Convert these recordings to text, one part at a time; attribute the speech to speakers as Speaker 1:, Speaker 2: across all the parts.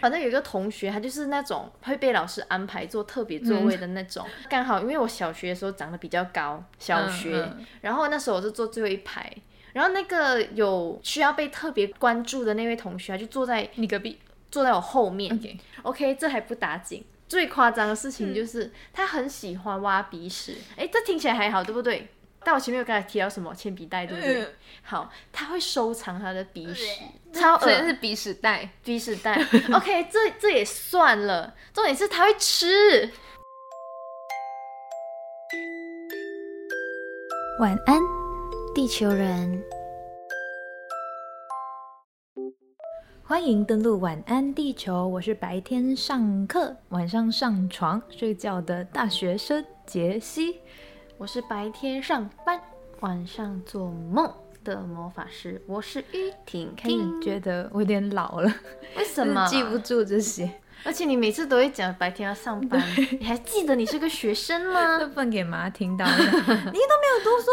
Speaker 1: 反正有一个同学，他就是那种会被老师安排坐特别座
Speaker 2: 嗯
Speaker 1: 位的那种。刚、好因为我小学的时候长得比较高，小学，
Speaker 2: 嗯嗯
Speaker 1: 然后那时候我是坐最后一排。然后那个有需要被特别关注的那位同学，他就坐在
Speaker 2: 你隔壁
Speaker 1: 坐在我后面。
Speaker 2: ，OK，
Speaker 1: OK，这还不打紧。最夸张的事情就是、
Speaker 2: 嗯
Speaker 1: 他很喜欢挖鼻屎，哎，这听起来还好，对不对？但我前面有跟他提到什么铅笔袋，对不
Speaker 2: 嗯
Speaker 1: 对？
Speaker 3: 呃
Speaker 1: 好，他会收藏他的鼻屎，超恶
Speaker 2: 所以是鼻屎袋，
Speaker 1: 鼻屎袋。OK，这这也算了，重点是他会吃。
Speaker 3: 晚安，地球人。欢迎登录晚安地球，我是白天上课、晚上上床睡觉的大学生杰西。
Speaker 1: 我是白天上班，晚上做梦的魔法师，我是玉婷。
Speaker 3: 开始觉得我有点老了，
Speaker 1: 为什么
Speaker 3: 呃记不住这些？
Speaker 1: 而且你每次都会讲白天要上班，你还记得你是个学生吗？
Speaker 3: 这份给妈听到，你都没 有读书。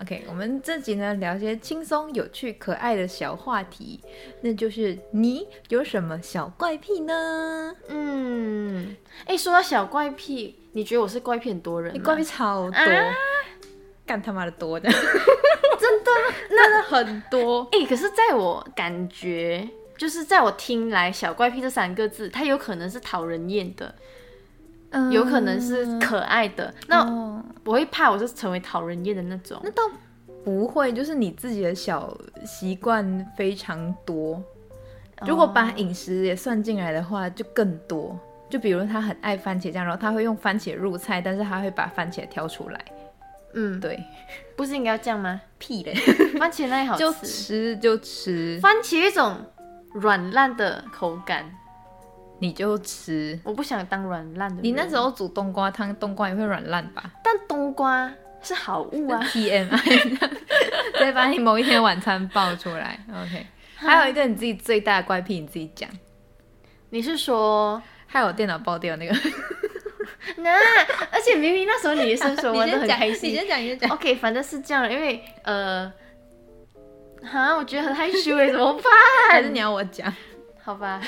Speaker 3: OK，我们这集呢聊些轻松、有趣、可爱的小话题，那就是你有什么小怪癖呢？
Speaker 1: 嗯，哎，说到小怪癖，你觉得我是怪癖很多人吗？
Speaker 3: 你怪癖超多，
Speaker 1: 啊
Speaker 3: 干他妈的多的， 真的， 真的很多。
Speaker 1: 哎，可是在我感觉，就是在我听来，小怪癖这三个字，它有可能是讨人厌的，
Speaker 3: 嗯
Speaker 1: 有可能是可爱的。那
Speaker 3: 哦
Speaker 1: 我会怕我是成为讨人厌的那种
Speaker 3: 那。倒不会，就是你自己的小习惯非常多。 如果把饮食也算进来的话，就更多。就比如他很爱番茄酱，然后他会用番茄入菜，但是他会把番茄挑出来。
Speaker 1: 嗯，
Speaker 3: 对，
Speaker 1: 不是应该要这样吗？
Speaker 3: 屁 嘞，
Speaker 1: 番茄那也好
Speaker 3: 就
Speaker 1: 吃，
Speaker 3: 吃就吃，
Speaker 1: 番茄有一种软烂的口感，
Speaker 3: 你就吃。
Speaker 1: 我不想当软烂的人。
Speaker 3: 你那时候煮冬瓜汤，冬瓜也会软烂 吧？
Speaker 1: 但冬瓜是好物啊，
Speaker 3: TMI，再把你某一天晚餐爆出来。OK，还有一个你自己最大的怪癖，你自己讲。
Speaker 1: 你是说
Speaker 3: 害我电脑爆掉那个，
Speaker 1: 那，而且明明那时候你的伸手玩的很开
Speaker 3: 你
Speaker 1: 心。
Speaker 3: 先讲，你先 讲。
Speaker 1: OK，反正是这样，因为呃，哈，我觉得很害羞 哎，怎么办？
Speaker 3: 还是你要我讲？
Speaker 1: 好吧，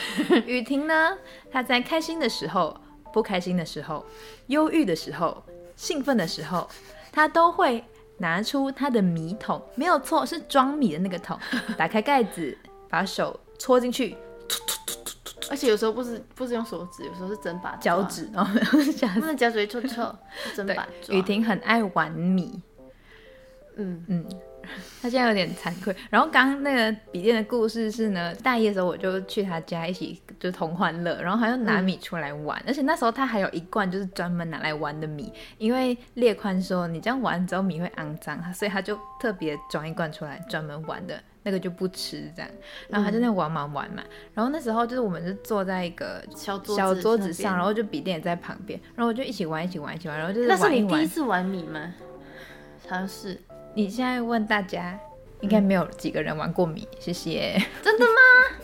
Speaker 3: 雨婷呢？她在开心的时候、不开心的时候、忧郁的时候、兴奋的时候，她都会拿出她的米桶，没有错，是装米的那个 桶，打开盖子，把手戳进去，
Speaker 1: 而且有时候不是不是用手指，有时候是整把抓
Speaker 3: 脚，趾，然后下
Speaker 1: 那脚趾会臭臭，是整
Speaker 3: 对
Speaker 1: 把，抓。
Speaker 3: 雨婷很爱玩米，
Speaker 1: 嗯，
Speaker 3: 嗯，他现在有点惭愧。然后刚刚那个笔电的故事是呢，大一的时候我就去他家一起就同欢乐，然后他就拿米出来玩，
Speaker 1: 嗯
Speaker 3: 而且那时候他还有一罐就是专门拿来玩的米，因为列宽说你这样玩之后米会肮脏，所以他就特别装一罐出来专门玩的。那个就不吃这样，
Speaker 1: 嗯
Speaker 3: 然后他就那玩玩玩嘛，然后那时候就是我们是坐在一个
Speaker 1: 小桌子
Speaker 3: 小桌子
Speaker 1: 那边
Speaker 3: 上，然后就笔电也在旁边，然后我就一起玩一起玩一起玩，然后就是
Speaker 1: 那是
Speaker 3: 玩一
Speaker 1: 你
Speaker 3: 玩
Speaker 1: 第一次玩米吗？好像是，
Speaker 3: 你现在问大家，应该没有几个人玩过米，谢谢。
Speaker 1: 嗯 真的吗？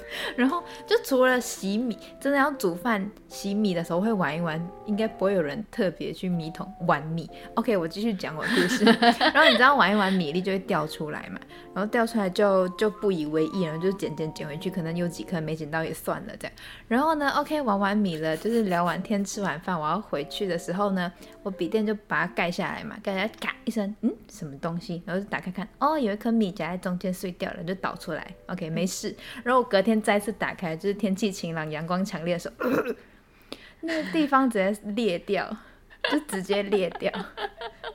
Speaker 3: 然后就除了洗米，真的要煮饭洗米的时候会玩一玩，应该不会有人特别去米桶玩米。OK，我继续讲我的故 事。然后你知道玩一玩米粒就会掉出来嘛，然后掉出来就就不以为意，然后就捡捡捡回去，可能有几颗没捡到也算了这样。然后呢，OK，玩完米了，就是聊完天吃完饭，我要回去的时候呢，我笔电就把它盖下来嘛，盖下来咔一声，嗯，什么东西？然后就打开看，哦，有一颗米夹在中间碎掉了，就倒出来。OK，没事。然后我隔天再次打开，就是天气晴朗、阳光强烈的时候，那个地方直接裂掉，就直接裂掉，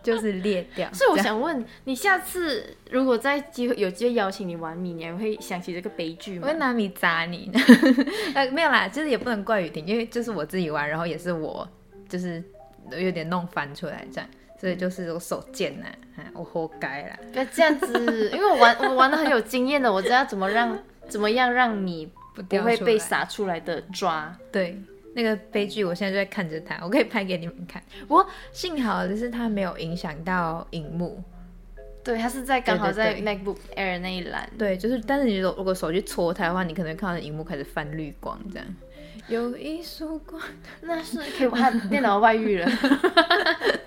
Speaker 3: 就是裂掉。
Speaker 1: 所以我
Speaker 3: 这样
Speaker 1: 想问你，下次如果再机会有机会邀请你玩米，你还会想起这个悲剧
Speaker 3: 我
Speaker 1: 吗
Speaker 3: 会？拿米砸你。 呃，没有啦，就是也不能怪雨婷，因为就是我自己玩，然后也是我就是有点弄翻出来这样，所以就是我手贱呐、啊，我活该啦。
Speaker 1: 不要呃这样子，因为我玩 我玩的很有经验的，我知道怎么让怎么样让你不
Speaker 3: 不掉
Speaker 1: 会
Speaker 3: 出
Speaker 1: 被
Speaker 3: 来
Speaker 1: 撒出来的抓。
Speaker 3: 对，那个悲剧我现在就在看着它，我可以拍给你们看。不过幸好就是它没有影响到荧幕，
Speaker 1: 对，它是在刚好
Speaker 3: 对
Speaker 1: 在
Speaker 3: 对
Speaker 1: MacBook Air 那一栏。
Speaker 3: 对，就是，但是你如果手去戳它的话，你可能看到荧幕开始泛绿光，这样。有一束光，
Speaker 1: 那是可以，他电脑外遇 了。啊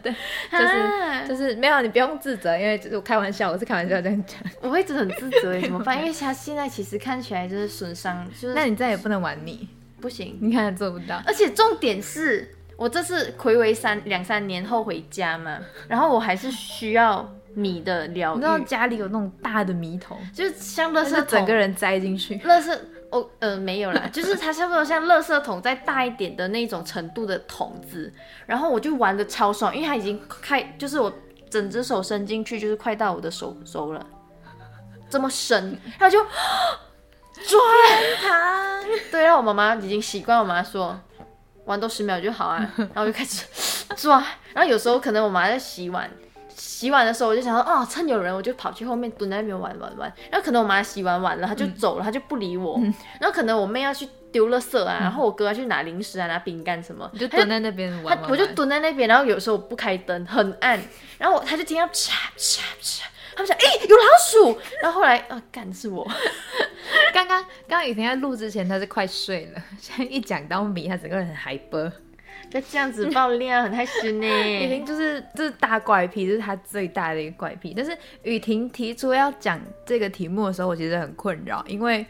Speaker 1: 对，就是
Speaker 3: 就是没有，你不用自责，因为就是我开玩笑，我是开玩笑这样讲。
Speaker 1: 我会一直很自责 耶，怎么办？因为他现在其实看起来就是损伤，就是
Speaker 3: 那你再也不能玩你，
Speaker 1: 不行。
Speaker 3: 你看做不到。
Speaker 1: 而且重点是我这次暌违三两三年后回家嘛，然后我还是需要米的疗
Speaker 3: 你知道
Speaker 1: 愈，
Speaker 3: 家里有那种大的米桶，
Speaker 1: 就是像
Speaker 3: 但
Speaker 1: 垃圾
Speaker 3: 嗯是
Speaker 1: 桶，
Speaker 3: 整个人栽进 去。
Speaker 1: 垃圾哦呃没有啦，就是它差不多像垃圾桶再大一点的那种程度的桶子，然后我就玩的超爽，因为它已经开，就是我整只手伸进去，就是快到我的手手了，这么深，然后就转 它，对，然后我妈妈已经习惯，我妈说玩多十秒就 好啊，然后我就开始抓，然后有时候可能我妈在洗碗。洗碗的时候，我就想说，哦，趁有人，我就跑去后面蹲在那边玩玩玩。然后可能我妈洗完碗了，她
Speaker 3: 嗯
Speaker 1: 就走了，她就不理我。然后可能我妹要去丢垃圾啊，然后我哥要去拿零食啊、拿饼干什么，
Speaker 3: 你就
Speaker 1: 她就
Speaker 3: 蹲在那边
Speaker 1: 他
Speaker 3: 玩玩玩
Speaker 1: 我就蹲在那边，然后有时候我不开灯，很暗，然后我他就听到啪啪啪，他们想哎、诶有老鼠，然后后来啊干是 我，
Speaker 3: 刚刚刚刚雨婷在录之前，她是快睡了， 现在一讲到米，她整个人很 hyper。
Speaker 1: 不要这样子爆料，很害羞呢。
Speaker 3: 雨婷就是这、是大怪癖，这、是她最大的一个怪癖。但是雨婷提出要讲这个题目的时候，我其实很困扰，因为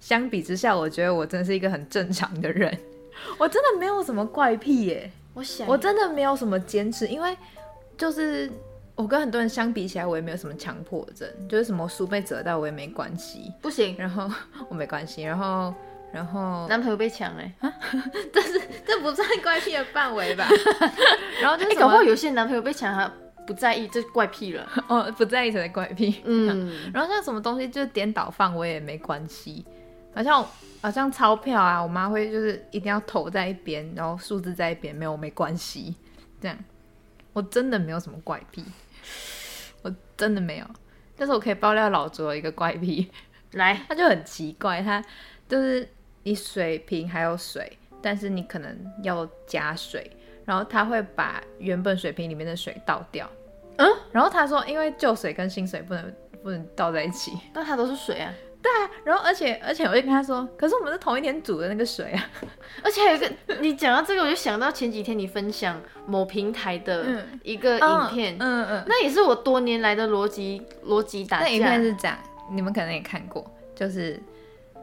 Speaker 3: 相比之下，我觉得我真的是一个很正常的人， 我真的没有什么怪癖耶、
Speaker 1: 我想
Speaker 3: 我真的没有什么坚持，因为就是我跟很多人相比起来，我也没有什么强迫症，就是什么书被折到我也没关系，
Speaker 1: 不行，
Speaker 3: 然后 我没关系，然后然后
Speaker 1: 男朋友被抢哎、 欸，
Speaker 3: 这不算怪癖的范围吧？ 然后就
Speaker 1: 哎、
Speaker 3: 是什
Speaker 1: 搞
Speaker 3: 么、
Speaker 1: 不好有些男朋友被抢他不在意，这怪癖了。
Speaker 3: 哦不在意才是怪癖，
Speaker 1: 嗯，
Speaker 3: 然后像什么东西就是颠倒放我也没关系，好像好像钞票啊，我妈会就是一定要头在一边，然后数字在一边，没有我没关系，这样我真的没有什么怪癖，我真的没有，但是我可以爆料老卓一个怪癖，
Speaker 1: 来，
Speaker 3: 他就很奇怪，他就是你水瓶还有水，但是你可能要加水，然后他会把原本水瓶里面的水倒掉。
Speaker 1: 嗯，
Speaker 3: 然后他说，因为旧水跟新水不能不能倒在一起。
Speaker 1: 那他都是水啊，
Speaker 3: 然后而且而且我就跟他说，可是我们是同一天煮的那个水啊。
Speaker 1: 而且还有一个，你讲到这个，我就想到前几天你分享某平台的
Speaker 3: 嗯
Speaker 1: 一个影片，
Speaker 3: 嗯嗯嗯，
Speaker 1: 那也是我多年来的逻辑逻辑打
Speaker 3: 那
Speaker 1: 架。
Speaker 3: 影片是这样，你们可能也看过，就是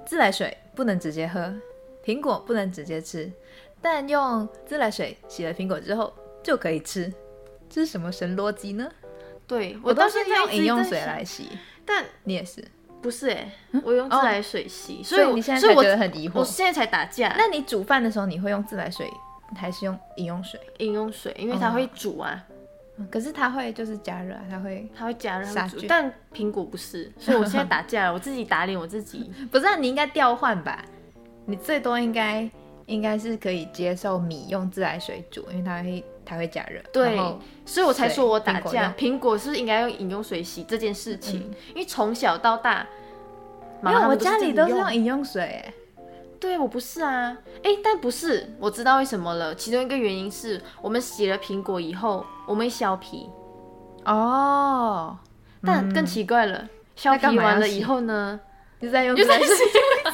Speaker 3: 自来水不能直接喝，苹果不能直接吃，但用自来水洗了苹果之后就可以吃，这是什么神逻辑呢？
Speaker 1: 对
Speaker 3: 我
Speaker 1: 到
Speaker 3: 都
Speaker 1: 现
Speaker 3: 是
Speaker 1: 在
Speaker 3: 用
Speaker 1: 一直
Speaker 3: 饮用
Speaker 1: 在
Speaker 3: 水
Speaker 1: 想，
Speaker 3: 来洗，
Speaker 1: 但
Speaker 3: 你也是，
Speaker 1: 不是哎、我用自来水洗，
Speaker 3: 所以
Speaker 1: 我
Speaker 3: 你现在
Speaker 1: 所以
Speaker 3: 才
Speaker 1: 我
Speaker 3: 觉得很疑
Speaker 1: 我
Speaker 3: 惑。
Speaker 1: 现在才打架。
Speaker 3: 那你煮饭的时候，你会用自来水还是用饮用水？
Speaker 1: 饮用水，因为它
Speaker 3: 哦
Speaker 1: 会煮啊，
Speaker 3: 嗯可是它会就是加热啊，它会
Speaker 1: 它会加热它会
Speaker 3: 杀
Speaker 1: 煮，
Speaker 3: 菌
Speaker 1: 但苹果不是，所以我现在打架了，我自己打脸我自 己。
Speaker 3: 不是、啊、你应该调换吧？你最多应该应该是可以接受米用自来水煮，因为它会它会加热。
Speaker 1: 对
Speaker 3: 然后，
Speaker 1: 所以我才说我打
Speaker 3: 水
Speaker 1: 架。苹果是应该用饮用水洗这件事情，因为从小到大，
Speaker 3: 嗯
Speaker 1: 妈
Speaker 3: 没
Speaker 1: 妈
Speaker 3: 有，
Speaker 1: 他
Speaker 3: 我
Speaker 1: 们
Speaker 3: 家
Speaker 1: 自己
Speaker 3: 里都是用饮用水欸。
Speaker 1: 对我不是啊，哎，但不是，我知道为什么了。其中一个原因是我们洗了苹果以后，我们会削皮，
Speaker 3: 哦，
Speaker 1: 但更
Speaker 3: 嗯
Speaker 1: 奇怪了，削
Speaker 3: 那干
Speaker 1: 皮
Speaker 3: 嘛要
Speaker 1: 完了
Speaker 3: 洗
Speaker 1: 以后呢，
Speaker 3: 你在用
Speaker 1: 就
Speaker 3: 自
Speaker 1: 在
Speaker 3: 来
Speaker 1: 洗
Speaker 3: 水，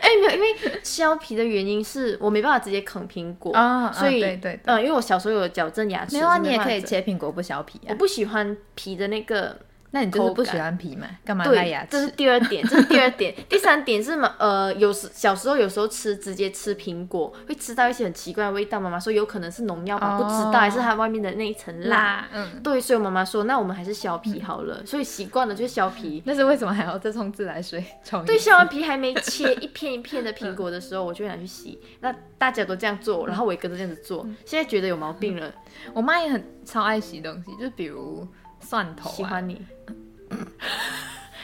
Speaker 1: 哎，没有，因为削皮的原因是我没办法直接啃苹果，
Speaker 3: 啊
Speaker 1: 所以
Speaker 3: 对对对
Speaker 1: 呃，因为我小时候有矫正牙齿，
Speaker 3: 没有啊，
Speaker 1: 是
Speaker 3: 你也
Speaker 1: 办法
Speaker 3: 可以
Speaker 1: 整。
Speaker 3: 切苹果不削皮
Speaker 1: 我
Speaker 3: 啊。
Speaker 1: 不喜欢皮的那个
Speaker 3: 那你就是
Speaker 1: 口
Speaker 3: 不喜
Speaker 1: 感
Speaker 3: 欢皮嘛？干嘛拉
Speaker 1: 对
Speaker 3: 牙，
Speaker 1: 这是
Speaker 3: 齿？
Speaker 1: 第二点，这是第二点。 第三点是嘛，呃，有时小时候有时候吃直接吃苹果，会吃到一些很奇怪的味道。妈妈说有可能是农药吧，
Speaker 3: 哦
Speaker 1: 不知道，还是它外面的那一层蜡。
Speaker 3: 辣，嗯。
Speaker 1: 对，所以我妈妈说，那我们还是削皮好了。所以习惯了就削皮。
Speaker 3: 但是为什么还要再冲自来水 冲一次？
Speaker 1: 对，削完皮还没切一片一片的苹果的时候，嗯我就会拿去洗。那大家都这样做，然后我也跟着这样子做。现在觉得有毛病了，
Speaker 3: 我妈也很超爱洗东西，就是比如蒜头
Speaker 1: 喜
Speaker 3: 啊。
Speaker 1: 欢你。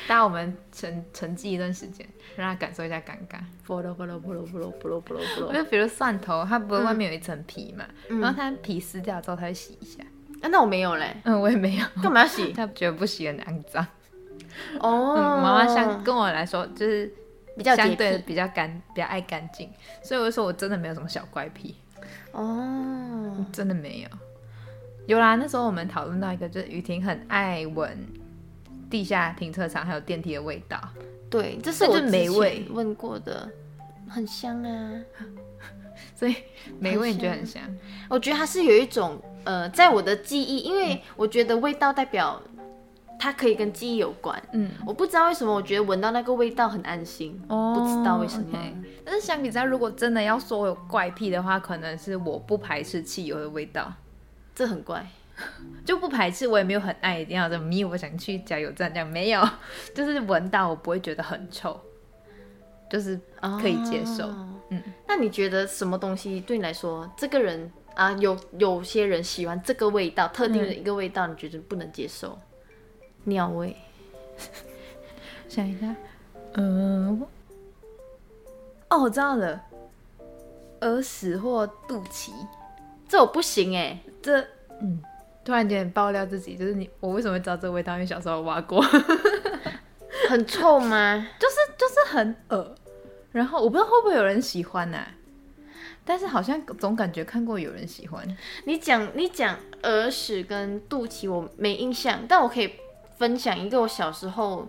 Speaker 3: 大家我们沉沉寂一段时间，让她感受一下尴尬。
Speaker 1: 菠萝菠萝菠萝菠萝菠萝菠萝菠萝
Speaker 3: 就比如蒜头，它不是
Speaker 1: 嗯
Speaker 3: 外面有一层皮嘛，
Speaker 1: 嗯
Speaker 3: 然后它皮撕掉之后，它会洗一下。
Speaker 1: 啊那我没有嘞，
Speaker 3: 嗯，我也没有，
Speaker 1: 干嘛要洗？
Speaker 3: 它觉得不洗很肮脏。
Speaker 1: 哦，
Speaker 3: 嗯，我妈妈像跟我来说，就是
Speaker 1: 比较洁
Speaker 3: 相对的
Speaker 1: 癖
Speaker 3: 比较干，比较爱干净，所以我就说我真的没有什么小怪癖，
Speaker 1: 哦。
Speaker 3: 真的没有。有啦，那时候我们讨论到一个，就是雨婷很爱闻地下停车场还有电梯的味道。
Speaker 1: 对，这是我
Speaker 3: 那就霉味
Speaker 1: 之前问过的，很香啊。
Speaker 3: 所以 美味你觉得很香？
Speaker 1: 我觉得它是有一种呃，在我的记忆，因为我觉得味道代表它可以跟记忆有关。
Speaker 3: 嗯，
Speaker 1: 我不知道为什么，我觉得闻到那个味道很安心，
Speaker 3: 哦
Speaker 1: 不知道为什么。
Speaker 3: OK 但是相比之下，如果真的要说我有怪癖的话，可能是我不排斥汽油的味道，
Speaker 1: 这很怪。
Speaker 3: 就不排斥，我也没有很爱，一定要这么迷，我想去加油站这样没有， 就是闻到我不会觉得很臭，就是可以接受。
Speaker 1: 哦
Speaker 3: 嗯，
Speaker 1: 那你觉得什么东西对你来说，这个人啊，有有些人喜欢这个味道，特定的一个味道，你觉得不能接受？
Speaker 3: 嗯
Speaker 1: 尿味，
Speaker 3: 想一下，嗯、哦，我知道了，耳屎或肚脐，
Speaker 1: 这我不行哎、
Speaker 3: 这嗯，突然间爆料自己，就是你，我为什么会知道这个味道？因为小时候挖过。
Speaker 1: 很臭吗？
Speaker 3: 就是就是很恶，然后我不知道会不会有人喜欢呐、但是好像总感觉看过有人喜欢，
Speaker 1: 你讲你讲耳屎跟肚脐，我没印象，但我可以分享一个我小时候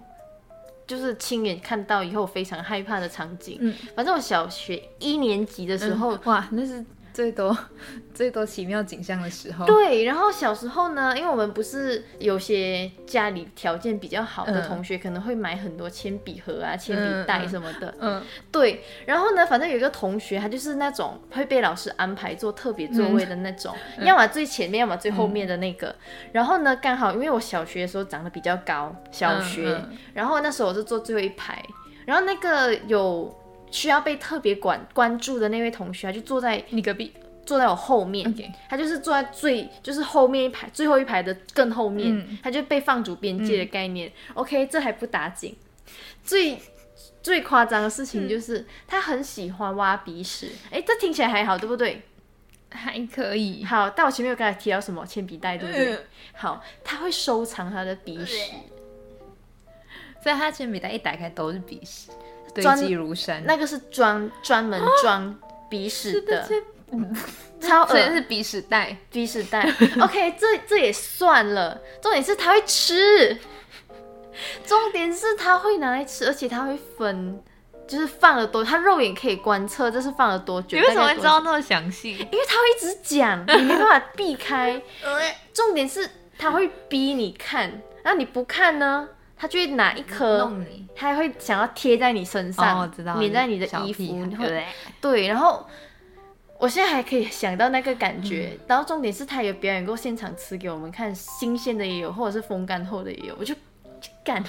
Speaker 1: 就是亲眼看到以后非常害怕的场景。
Speaker 3: 嗯，
Speaker 1: 反正我小学一年级的时
Speaker 3: 然
Speaker 1: 候，
Speaker 3: 后哇，那是最多最多奇妙景象的时候，
Speaker 1: 对，然后小时候呢，因为我们不是有些家里条件比较好的
Speaker 3: 嗯
Speaker 1: 同学，可能会买很多铅笔盒啊、铅
Speaker 3: 嗯
Speaker 1: 笔袋
Speaker 3: 嗯
Speaker 1: 什么的。
Speaker 3: 嗯，
Speaker 1: 对，然后呢，反正有一个同学，他就是那种会被老师安排坐特别座位的那种，
Speaker 3: 嗯
Speaker 1: 要么最前面，要么最后面的那个。然后呢，刚好因为我小学的时候长得比较高，小
Speaker 3: 嗯
Speaker 1: 学，
Speaker 3: 嗯
Speaker 1: 然后那时候我是坐最后一排，然后那个有需要被特别管关注的那位同学，他就坐在
Speaker 3: 你隔壁
Speaker 1: 坐在我后面。
Speaker 3: ，OK，
Speaker 1: 他就是坐在最就是后面一排最后一排的更后面，
Speaker 3: 嗯
Speaker 1: 他就被放逐边界的概念。OK，这还不打紧，最最夸张的事
Speaker 3: 嗯
Speaker 1: 情就是、他很喜欢挖鼻屎。哎，这听起来还好，对不对？
Speaker 3: 还可以，
Speaker 1: 好，但我前面有刚才提到什么铅笔袋，对不对？
Speaker 3: 嗯
Speaker 1: 好，他会收藏他的鼻屎，
Speaker 3: 所以他铅笔袋一打开都是鼻屎，堆
Speaker 1: 专
Speaker 3: 积如山，
Speaker 1: 那个是专专门装鼻屎的，
Speaker 3: 啊是
Speaker 1: 超恶
Speaker 3: 哦所以那是鼻屎袋，
Speaker 1: 鼻屎袋。OK，这这也算了，重点是它会吃，重点是它会拿来吃，而且它会分，就是放了多，它肉眼可以观测这是放了多久。
Speaker 3: 你为什么
Speaker 1: 大概
Speaker 3: 会
Speaker 1: 多
Speaker 3: 知
Speaker 1: 久
Speaker 3: 道？那么详细？
Speaker 1: 因为它会一直讲，你没办法避 开。
Speaker 3: 呃
Speaker 1: 重点是它会逼你看，然后你不看呢，它就会拿一颗。
Speaker 3: 弄你，
Speaker 1: 它会想要贴在你身上，
Speaker 3: 哦，我知道，
Speaker 1: 粘在你的
Speaker 3: 小
Speaker 1: 衣服，
Speaker 3: 屁
Speaker 1: 然
Speaker 3: 孩
Speaker 1: 后
Speaker 3: 对
Speaker 1: 对，然后我现在还可以想到那个感觉，然后重点是他有表演过现场吃给我们看，新鲜的也有，或者是风干后的也有，我就就干，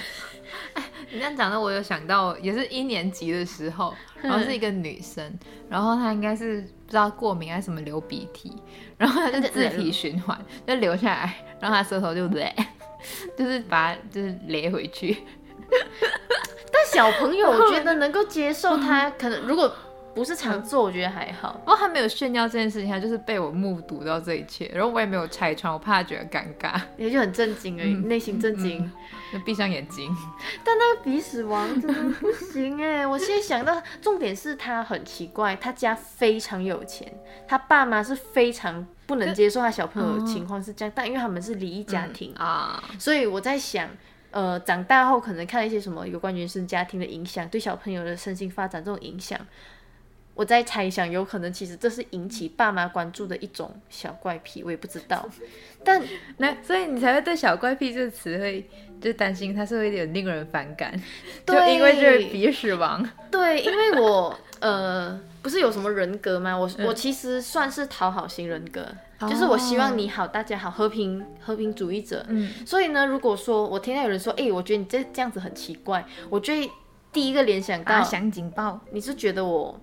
Speaker 3: 你这样讲的，我有想到，也是一年级的时候，然后是一个女生，然后她应该是不知道过敏还是什么流鼻涕， 然后她就自体循环就流下来，然后她舌头就咧， 就是把它就是咧回去，
Speaker 1: 但小朋友我觉得能够接受他，可能如果不是常做，我觉得还好。
Speaker 3: 不过她没有炫耀这件事情，她就是被我目睹到这一切，然后我也没有拆穿，我怕她觉得尴尬，
Speaker 1: 也就很震惊而已，内心震惊。
Speaker 3: 就闭上眼睛。
Speaker 1: 但那个鼻屎王真的不行哎！我现在想到，重点是他很奇怪，他家非常有钱，他爸妈是非常不能接受他小朋友的情况是这样，但因为他们是离异家庭，
Speaker 3: 啊，
Speaker 1: 所以我在想，呃，长大后可能看一些什么有关原生家庭的影响，对小朋友的身心发展这种影响，我在猜想，有可能其实这是引起爸妈关注的一种小怪癖，我也不知道。但
Speaker 3: 那所以你才会对“小怪癖”这个词汇就担心它是会有点令人反感，就
Speaker 1: 对
Speaker 3: 因为这是鼻屎王。
Speaker 1: 对，因为我呃不是有什么人格吗？我、我其实算是讨好型人格，就是我希望你好，大家好，和平和平主义者。
Speaker 3: 嗯，
Speaker 1: 所以呢，如果说我听到有人说，哎、我觉得你这这样子很奇怪，我就会第一个联想到，
Speaker 3: 打响警报
Speaker 1: 你是觉得我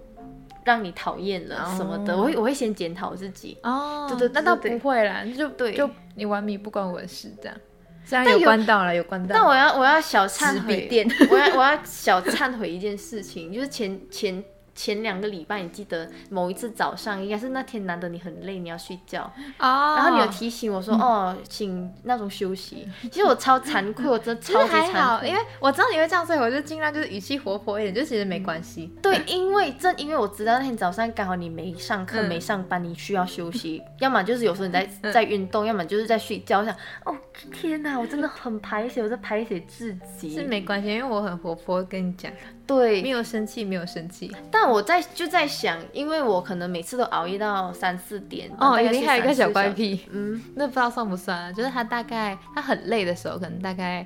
Speaker 1: 让你讨厌了什么的，
Speaker 3: 哦
Speaker 1: 我会我会先检讨自己。
Speaker 3: 哦
Speaker 1: 对对
Speaker 3: 那倒
Speaker 1: 对
Speaker 3: 不
Speaker 1: 对
Speaker 3: 会啦，就
Speaker 1: 对
Speaker 3: 就你玩米不关我的事这样。虽然
Speaker 1: 但
Speaker 3: 有
Speaker 1: 有
Speaker 3: 关到了，有关到，
Speaker 1: 但我要我要小忏
Speaker 3: 纸笔
Speaker 1: 悔，
Speaker 3: 垫
Speaker 1: 我要我要小忏悔一件事情，就是前前前两个礼拜，你记得某一次早上，应该是那天难得你很累，你要睡觉，
Speaker 3: 哦嗯
Speaker 1: 然后你有提醒我说，哦，请那种休息。其实我超惭愧，我真的
Speaker 3: 其
Speaker 1: 超
Speaker 3: 实
Speaker 1: 级
Speaker 3: 还
Speaker 1: 惭
Speaker 3: 好，
Speaker 1: 愧
Speaker 3: 因。为我知道你会这样，所以我就尽量就是语气活泼一点，就其实没关系。
Speaker 1: 对，因为正因为我知道那天早上刚好你没上课、
Speaker 3: 嗯
Speaker 1: 没上班，你需要休息， 要么就是有时候你在在运动，要么就是在睡觉。我想，哦天哪，我真的很排泄，我在排泄自己。
Speaker 3: 是没关系，因为我很活泼，跟你讲，
Speaker 1: 对，
Speaker 3: 没有生气，没有生气。
Speaker 1: 但我在就在想，因为我可能每次都熬夜到三四点。
Speaker 3: 哦，
Speaker 1: 大概
Speaker 3: 有
Speaker 1: 是
Speaker 3: 另外一个
Speaker 1: 3-4
Speaker 3: 小怪
Speaker 1: 小时。
Speaker 3: 癖，
Speaker 1: 嗯，
Speaker 3: 那不知道算不算啊？就是他大概他很累的时候，可能大概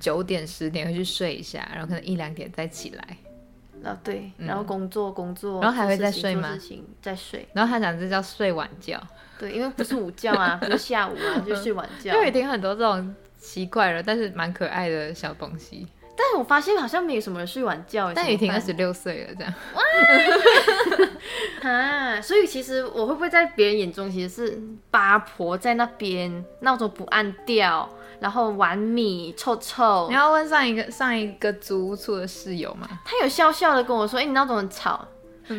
Speaker 3: 九点十点会去睡一下，然后可能一两点再起来。
Speaker 1: 啊对，然后工作工作，
Speaker 3: 嗯然后还会
Speaker 1: 做事情
Speaker 3: 再睡吗
Speaker 1: 做事情再睡，
Speaker 3: 然后他讲这叫睡晚觉，
Speaker 1: 对，因为不是午觉啊， 不是下午啊，就睡晚觉
Speaker 3: 就。有听很多这种奇怪的，但是蛮可爱的小东西。
Speaker 1: 但是我发现好像没有什么人睡晚觉欸，
Speaker 3: 但雨
Speaker 1: 怎
Speaker 3: 婷
Speaker 1: 么
Speaker 3: 二
Speaker 1: 办
Speaker 3: 十六岁了，这样
Speaker 1: 啊，所以其实我会不会在别人眼中其实是八婆在那边闹钟不按掉，然后玩米臭臭
Speaker 3: 哦你。要问上一个上一个租屋处的室友吗？
Speaker 1: 他有笑笑的跟我说：“哎、你闹钟很吵。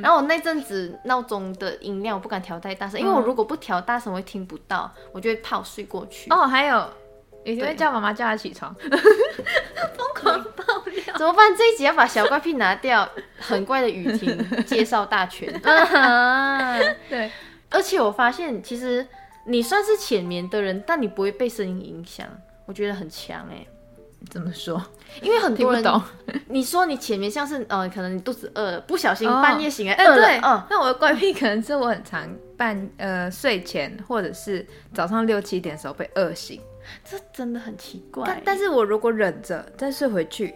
Speaker 1: 然后我那阵子闹钟的音量我不敢调太大声，因为我如果不调大声，我会听不到，我就会泡睡过去。
Speaker 3: 哦，还有雨婷会
Speaker 1: 对
Speaker 3: 叫妈妈叫她起床，
Speaker 1: 怎么办？这一集要把小怪癖拿掉，很怪的雨婷介绍大全。 啊
Speaker 3: 对，
Speaker 1: 而且我发现，其实你算是浅眠的人，但你不会被声音影响，我觉得很强哎、
Speaker 3: 怎么说？
Speaker 1: 因为很
Speaker 3: 听
Speaker 1: 多
Speaker 3: 不
Speaker 1: 人
Speaker 3: 懂。
Speaker 1: 你说你前面像是呃，可能你肚子饿了，不小心
Speaker 3: 哦
Speaker 1: 半夜醒来
Speaker 3: 哎、
Speaker 1: 饿了，
Speaker 3: 对，
Speaker 1: 嗯，
Speaker 3: 那我的怪癖可能是我很常半呃睡前或者是早上六七点的时候被饿醒，
Speaker 1: 这真的很奇
Speaker 3: 但
Speaker 1: 怪。
Speaker 3: 但是我如果忍着再睡回去，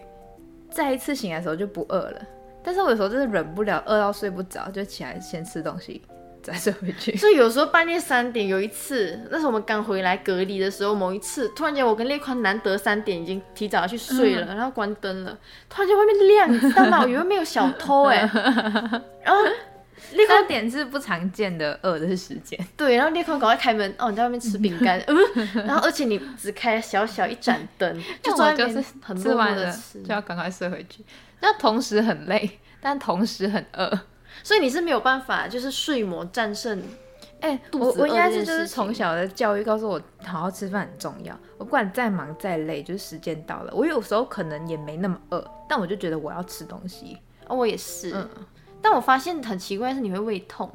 Speaker 3: 再一次醒来的时候就不饿了。但是我有时候真的忍不了，饿到睡不着，就起来先吃东西，再睡回 去。
Speaker 1: 所以有时候半夜三点，有一次，那时候我们刚回来隔离的时候，某一次突然间我跟列宽难得三点已经提早要去睡了，然后关灯了，突然间外面亮，你知道吗？我以为没有小偷哎、然后列宽
Speaker 3: 三点是不常见的饿的时间，
Speaker 1: 对，然后列宽赶快开门，哦，你在外面吃饼干，嗯， 然后而且你只开小小一盏灯，就坐
Speaker 3: 那
Speaker 1: 在
Speaker 3: 我就
Speaker 1: 那边
Speaker 3: 是
Speaker 1: 很
Speaker 3: 吃
Speaker 1: 落
Speaker 3: 完
Speaker 1: 寞
Speaker 3: 了
Speaker 1: 的吃
Speaker 3: 就，要赶快睡回去，那同时很累，但同时很饿。
Speaker 1: 所以你是没有办法，就是睡魔战胜
Speaker 3: 哎、
Speaker 1: 肚
Speaker 3: 我
Speaker 1: 子
Speaker 3: 我应
Speaker 1: 饿
Speaker 3: 该
Speaker 1: 这件
Speaker 3: 是就是
Speaker 1: 事
Speaker 3: 从
Speaker 1: 情
Speaker 3: 小的教育告诉我，好好吃饭很重要。我不管再忙再累，就是时间到了，我有时候可能也没那么饿，但我就觉得我要吃东西。
Speaker 1: 哦，我也是，
Speaker 3: 嗯
Speaker 1: 但我发现很奇怪的是你会胃痛，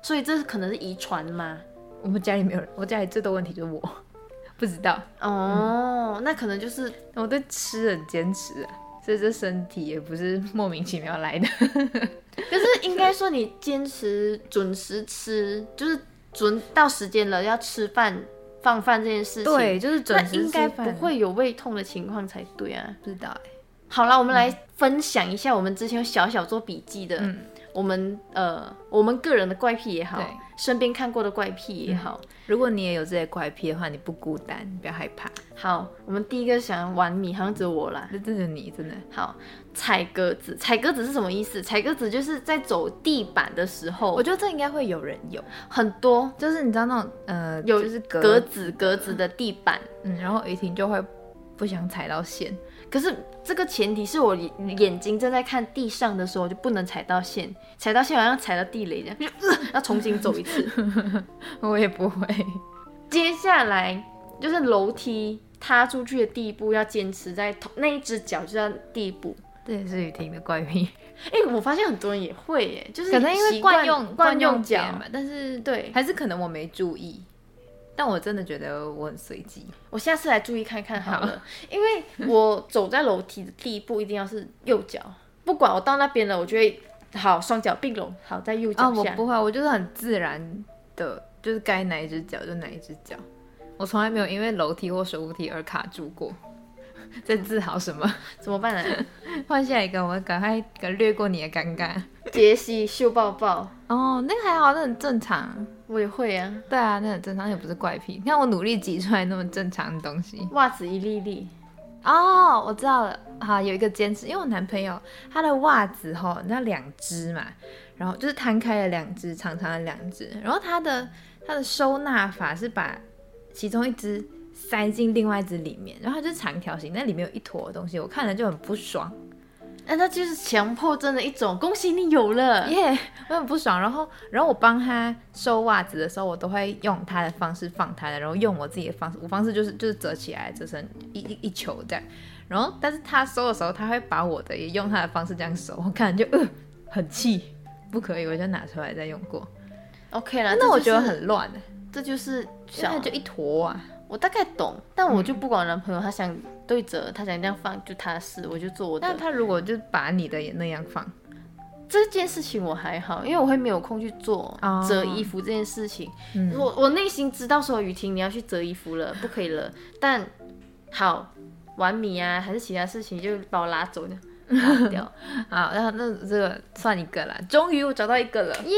Speaker 1: 所以这可能是遗传吗？
Speaker 3: 我们家里没有人，我家里最多问题就是我 不知道，
Speaker 1: 哦，那可能就是
Speaker 3: 我对吃很坚持、啊，所以这身体也不是莫名其妙 来的。
Speaker 1: 可是应该说你坚持准时吃，就是准到时间了要吃饭放饭这件事情，，
Speaker 3: 对，就是准
Speaker 1: 那
Speaker 3: 时
Speaker 1: 应该
Speaker 3: 吃
Speaker 1: 不
Speaker 3: 饭。
Speaker 1: 会有胃痛的情况才对啊。
Speaker 3: 不知道哎、
Speaker 1: 好啦，我们来分享一下我们之前有小小做笔记的，
Speaker 3: 嗯
Speaker 1: 我们呃我们个人的怪癖也好
Speaker 3: 对，嗯
Speaker 1: 身边看过的怪癖也好。
Speaker 3: 如果你也有这些怪癖的话，你不孤单，你不要害怕，
Speaker 1: 好，我们第一个想玩米，好像只有我啦。
Speaker 3: 这真的你真的
Speaker 1: 好，踩鸽子，踩鸽子是什么意思？踩鸽子就是在走地板的时候，
Speaker 3: 我觉得这应该会有人有，
Speaker 1: 很多
Speaker 3: 就是你知道那种呃，
Speaker 1: 有
Speaker 3: 就是
Speaker 1: 格子格子的地板。
Speaker 3: 嗯，然后雨婷就会不想踩到线，
Speaker 1: 可是这个前提是我眼眼睛正在看地上的时候，我就不能踩到线，踩到线好像踩到地雷这样，就、呃、要重新走一次。
Speaker 3: 我也不会。
Speaker 1: 接下来就是楼梯踏出去的第一步，要坚持在同那一只脚就在第一步。
Speaker 3: 这也是雨婷的怪癖，
Speaker 1: 哎、我发现很多人也会耶，就是
Speaker 3: 可能因为
Speaker 1: 习惯
Speaker 3: 用
Speaker 1: 惯
Speaker 3: 用
Speaker 1: 用
Speaker 3: 别
Speaker 1: 脚
Speaker 3: 人吧，但是
Speaker 1: 对
Speaker 3: 还是可能我没注意。但我真的觉得我很随机，
Speaker 1: 我下次来注意看看好了，因为我走在楼梯的第一步一定要是右脚，不管我到那边了，我就会好双脚并拢，好在右
Speaker 3: 啊，
Speaker 1: 脚
Speaker 3: 我
Speaker 1: 下。
Speaker 3: 不会，我就是很自然的，就是该哪一只脚就哪一只脚，我从来没有因为楼梯或手扶梯而卡住过。 在自豪什么？
Speaker 1: 怎么办啊呢、
Speaker 3: 换下一个，我赶快赶略过你的尴尬。
Speaker 1: 杰西秀抱抱，
Speaker 3: 哦，那个还好，那很正常。
Speaker 1: 我也会啊，
Speaker 3: 对啊，那很正常，也不是怪癖。你看我努力挤出来那么正常的东西。
Speaker 1: 袜子一粒粒，
Speaker 3: 哦，我知道了。好，有一个坚持，因为我男朋友他的袜子吼，你知道两只嘛，然后就是摊开了两只，长长的两只，然后他的他的收纳法是把其中一只塞进另外一只里面，然后它就是长条形，那里面有一坨东西，我看了就很不爽。
Speaker 1: 哎，那就是强迫症的一种。恭喜你有 了，
Speaker 3: 耶、我很不爽。然后，然后我帮他收袜子的时候，我都会用他的方式放他的，然后用我自己的方式，我方式就是就是折起来折成一一一球这样。然后，但是他收的时候，他会把我的也用他的方式这样收，我看就呃很气，不可以，我就拿出来再用过。
Speaker 1: OK 了，
Speaker 3: 那我
Speaker 1: 这
Speaker 3: 觉
Speaker 1: 就是
Speaker 3: 得很乱，
Speaker 1: 这就是嗯
Speaker 3: 现
Speaker 1: 小
Speaker 3: 在，就一坨啊。
Speaker 1: 我大概懂，但我就不管我男朋友，他想对折，他想这样放就他的事，我就做我
Speaker 3: 但
Speaker 1: 的。
Speaker 3: 他如果就把你的也那样 放，
Speaker 1: 这件事情我还好，因为我会没有空去做、
Speaker 3: 哦
Speaker 1: 折衣服这件事情。
Speaker 3: 嗯
Speaker 1: 我我内心知道说雨婷你要去折衣服了，不可以了，但好玩米啊还是其他事情就把我拉走的。拉掉
Speaker 3: 好，然后那这个算一个啦。终于我找到一个了，
Speaker 1: 耶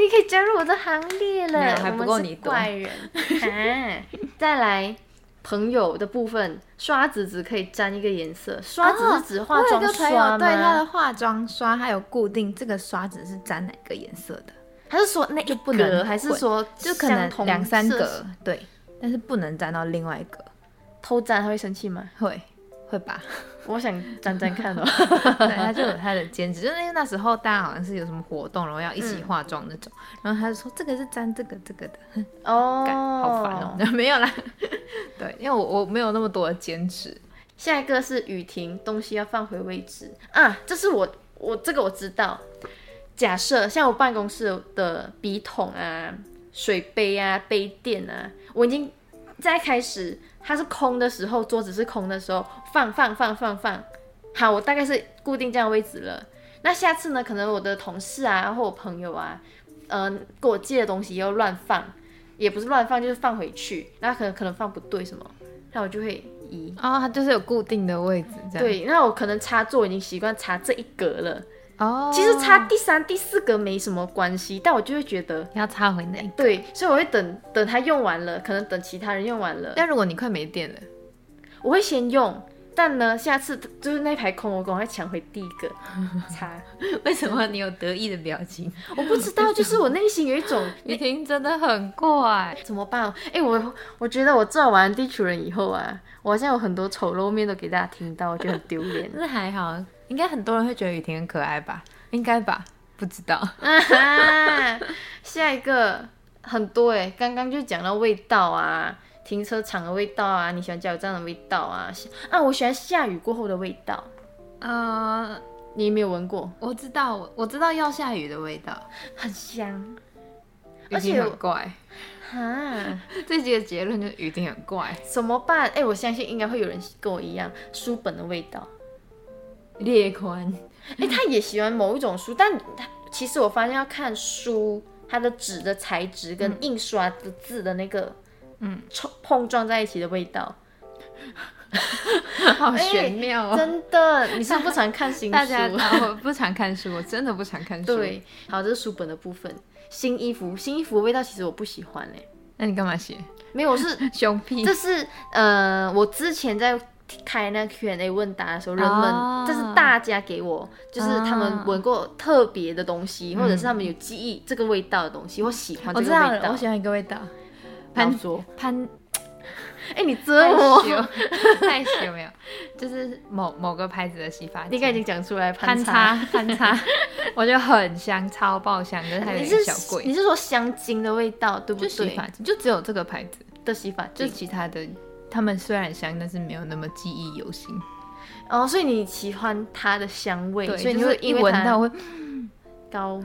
Speaker 1: 你可以加入我的行列了
Speaker 3: 没，有还不够
Speaker 1: 我们是
Speaker 3: 你多
Speaker 1: 怪人啊！再来朋友的部分，刷子只可以沾一个颜色，刷子是指化
Speaker 3: 哦我有
Speaker 1: 妆
Speaker 3: 一个朋
Speaker 1: 刷吗？
Speaker 3: 友对他的化妆刷，还有固定这个刷子是沾哪个颜色的，
Speaker 1: 还是说那一
Speaker 3: 就不
Speaker 1: 格，
Speaker 3: 能
Speaker 1: 还是
Speaker 3: 混
Speaker 1: 说
Speaker 3: 就可能
Speaker 1: 相同
Speaker 3: 两三
Speaker 1: 色
Speaker 3: 格，对，但是不能沾到另外一个，
Speaker 1: 偷沾他会生气吗？
Speaker 3: 会会吧？
Speaker 1: 我想沾沾 看哦。
Speaker 3: 对，他就有他的兼职，就是因为那时候大家好像是有什么活动，然后要一起化妆那种，然后他就说这个是沾这个这个的，
Speaker 1: 哦
Speaker 3: 干好烦哦、。 没有啦，对，因为我我没有那么多的坚持，
Speaker 1: 下一个是雨停，东西要放回位置啊，这是我我这个我知道。假设像我办公室的笔筒啊、水杯啊、杯垫啊，我已经在开始它是空的时候，桌子是空的时候放放放放放，好，我大概是固定这样位置了。那下次呢，可能我的同事啊或我朋友啊，嗯、呃，给我借的东西又乱放，也不是乱放，就是放回去，那可能可能放不对什么，那我就会移。
Speaker 3: 哦，他就是有固定的位置这样，，
Speaker 1: 对，那我可能插座已经习惯插这一格了。
Speaker 3: 哦，
Speaker 1: 其实插第三、第四格没什么关系，但我就会觉得，
Speaker 3: 要插回那一个，
Speaker 1: 对，所以我会等等它用完了，可能等其他人用完了，
Speaker 3: 但如果你快没电了，
Speaker 1: 我会先用。但呢，下次就是那排空，我赶快抢回第一 个插。
Speaker 3: 为什么你有得意的表情？
Speaker 1: 我不知道，就是我内心有一种
Speaker 3: 雨婷真的很怪，
Speaker 1: 怎么办？哎，我我觉得我做完地球人以后啊，我好像有很多丑陋面都给大家听到，我觉得很丢脸。
Speaker 3: 但是还好，应该很多人会觉得雨婷很可爱吧？应该吧？不知道，
Speaker 1: 啊，下一个很多哎、刚刚就讲到味道啊，停车场的味道啊，你喜欢加油站的味道啊，啊，我喜欢下雨过后的味道，
Speaker 3: 呃，
Speaker 1: 你有没有闻过？
Speaker 3: 我知道，我我知道要下雨的味道，
Speaker 1: 很香
Speaker 3: 雨婷
Speaker 1: 而且我
Speaker 3: 很怪。
Speaker 1: 啊，
Speaker 3: 这集的结论就是雨婷很怪，
Speaker 1: 怎么办？哎、我相信应该会有人跟我一样，书本的味道。
Speaker 3: 裂宽，
Speaker 1: 哎、他也喜欢某一种书，但他其实我发现要看书，它的纸的材质跟印刷的字的那个，
Speaker 3: 嗯，
Speaker 1: 冲碰撞在一起的味道。
Speaker 3: 好玄妙哦。
Speaker 1: 哎真的，你是不常看新书？
Speaker 3: 大家，我不常看书，我真的不常看书。，
Speaker 1: 对，好，这是书本的部分。新衣服，新衣服的味道其实我不喜欢哎、
Speaker 3: 那你干嘛写
Speaker 1: 没有，我 是
Speaker 3: 胸屁？
Speaker 1: 这是呃，我之前在开那个 Q&A 问答的时候，人们、
Speaker 3: 哦
Speaker 1: 这是大家给我，就是他们闻过特别的东西，或者是他们有记忆这个味道的东西，或喜欢
Speaker 3: 啊嗯我
Speaker 1: 这
Speaker 3: 知
Speaker 1: 个
Speaker 3: 道
Speaker 1: 味
Speaker 3: 了，
Speaker 1: 道
Speaker 3: 我。喜欢一哦个味道，
Speaker 1: 老
Speaker 3: 潘
Speaker 1: 说，
Speaker 3: 潘
Speaker 1: 哎、 你遮
Speaker 3: 害
Speaker 1: 我，
Speaker 3: 羞，害羞没有？ 就是某某个牌子的洗发
Speaker 1: 你
Speaker 3: 精
Speaker 1: 刚，才已经讲出来
Speaker 3: 潘
Speaker 1: 潘
Speaker 3: 叉潘叉， 我觉得很香，超爆香，可是它有
Speaker 1: 你
Speaker 3: 点
Speaker 1: 是
Speaker 3: 小贵
Speaker 1: 你。是说香精的味道对不
Speaker 3: 就
Speaker 1: 对？
Speaker 3: 洗发精，就只有这个牌子，
Speaker 1: 的洗发
Speaker 3: 就
Speaker 1: 精
Speaker 3: 其他的，他们虽然香，但是没有那么记忆犹新。
Speaker 1: 哦，所以你喜欢它的香味，
Speaker 3: 对，
Speaker 1: 所以你
Speaker 3: 就是
Speaker 1: 会
Speaker 3: 一
Speaker 1: 因为
Speaker 3: 闻
Speaker 1: 它
Speaker 3: 到会
Speaker 1: 高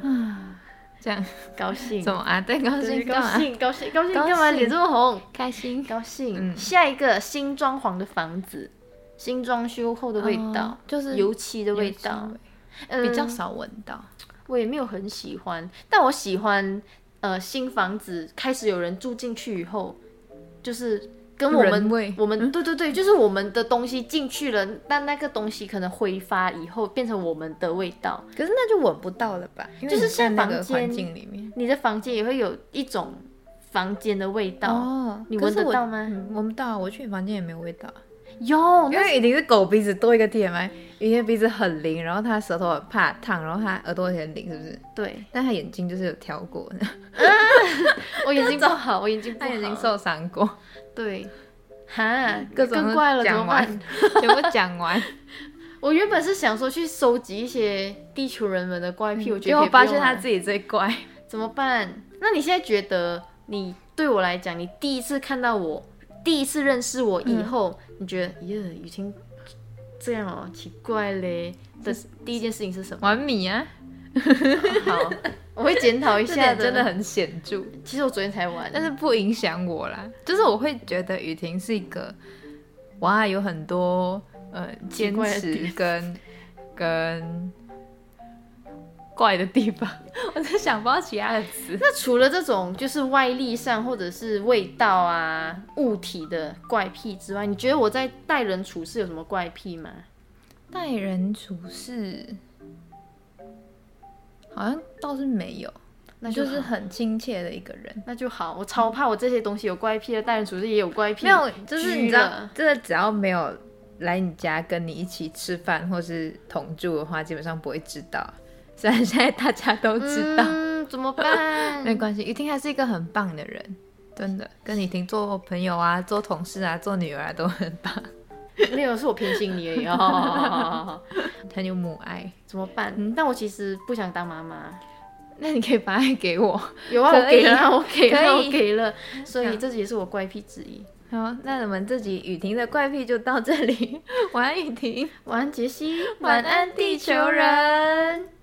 Speaker 3: 这样，
Speaker 1: 高兴，
Speaker 3: 怎么啊？ 对，高
Speaker 1: 对
Speaker 3: 兴
Speaker 1: 高
Speaker 3: 干嘛？
Speaker 1: 兴高兴高兴，
Speaker 3: 高
Speaker 1: 干嘛
Speaker 3: 兴
Speaker 1: 脸这么红？
Speaker 3: 开心
Speaker 1: 高兴。
Speaker 3: 嗯
Speaker 1: 下一个新装潢的房子，新装修后的味道
Speaker 3: 哦，就是
Speaker 1: 油漆的
Speaker 3: 的
Speaker 1: 味道，嗯
Speaker 3: 比较少闻到。
Speaker 1: 我也没有很喜欢，但我喜欢呃新房子开始有人住进去以后，就是跟我
Speaker 3: 人
Speaker 1: 们
Speaker 3: 味嗯
Speaker 1: 我们对对对，就是我们的东西进去了，但那个东西可能挥发以后变成我们的味道。
Speaker 3: 可是那就闻不到了吧？因为
Speaker 1: 就是
Speaker 3: 你在
Speaker 1: 像
Speaker 3: 那
Speaker 1: 房
Speaker 3: 个
Speaker 1: 间
Speaker 3: 环境里面。
Speaker 1: 你的房间也会有一种房间的味道，
Speaker 3: 哦
Speaker 1: 你
Speaker 3: 可
Speaker 1: 闻
Speaker 3: 是
Speaker 1: 得
Speaker 3: 我
Speaker 1: 到吗？
Speaker 3: 嗯闻不到啊，我去你房间也没有味道啊。
Speaker 1: 有，
Speaker 3: 因
Speaker 1: 那
Speaker 3: 为雨婷是狗鼻子多一个 TMI，雨婷的鼻子很灵，然后她舌头很怕烫，然后她耳朵也很灵，是不是？
Speaker 1: 对
Speaker 3: 但她眼睛就是有挑 过，
Speaker 1: 啊我眼睛不好，我眼睛不
Speaker 3: 她
Speaker 1: 好，
Speaker 3: 眼睛受伤过，
Speaker 1: 对，哈，
Speaker 3: 各种
Speaker 1: 更
Speaker 3: 都
Speaker 1: 怪了，怎
Speaker 3: 讲
Speaker 1: 么
Speaker 3: 完
Speaker 1: 办？，
Speaker 3: 全部讲完。
Speaker 1: 我原本是想说去收集一些地球人们的怪癖， 我觉
Speaker 3: 嗯结
Speaker 1: 得可
Speaker 3: 果
Speaker 1: 以不
Speaker 3: 发
Speaker 1: 用
Speaker 3: 现他
Speaker 1: 了
Speaker 3: 自己最乖。
Speaker 1: 怎么办？那你现在觉得你对我来讲，你第一次看到我，第一次认识我以后，
Speaker 3: 嗯
Speaker 1: 你觉得，耶，雨晴这样哦，奇怪嘞的第一件事情是什么？
Speaker 3: 玩米啊，
Speaker 1: 好，我会检讨一
Speaker 3: 这
Speaker 1: 下
Speaker 3: 点 真的。很显著，
Speaker 1: 其实我昨天才玩，
Speaker 3: 但是不影响我啦。就是我会觉得雨婷是一个，哇，有很多呃
Speaker 1: 奇
Speaker 3: 坚
Speaker 1: 怪的地
Speaker 3: 持跟跟怪的地方， 我在想不到其他的词。
Speaker 1: 那除了这种就是外力上或者是味道啊、物体的怪癖之外，你觉得我在待人处事有什么怪癖吗？
Speaker 3: 待人处事好像倒是没有，
Speaker 1: 那就
Speaker 3: 就
Speaker 1: 好
Speaker 3: 是很亲切的一个人。
Speaker 1: 那就好，我超怕我这些东西有怪癖的，待人处事也有怪癖，
Speaker 3: 没有，就是你知
Speaker 1: 居
Speaker 3: 道
Speaker 1: 了，
Speaker 3: 真的只要没有来你家跟你一起吃饭或是同住的话，基本上不会知道。虽然现在大家都知道，
Speaker 1: 嗯、怎么 办？
Speaker 3: 没关系，雨婷还是一个很棒的人，真的，跟雨婷做朋友啊，做同事啊，做女儿啊都很棒，
Speaker 1: 没有，是我偏心你 而已哦好好好好好好。
Speaker 3: 很有母爱。
Speaker 1: 怎么办？
Speaker 3: 嗯
Speaker 1: 但我其实不想当妈妈。
Speaker 3: 那你可以把爱给我。
Speaker 1: 有啊，我
Speaker 3: 可以
Speaker 1: 给了啊，我给
Speaker 3: 可以
Speaker 1: 了，我给了，所
Speaker 3: 这
Speaker 1: 以
Speaker 3: 样
Speaker 1: 这也是我怪癖之一。
Speaker 3: 好，那我们这集雨婷的怪癖就 到这里，晚安，雨婷，
Speaker 1: 晚安，杰西，
Speaker 3: 晚安，地球人。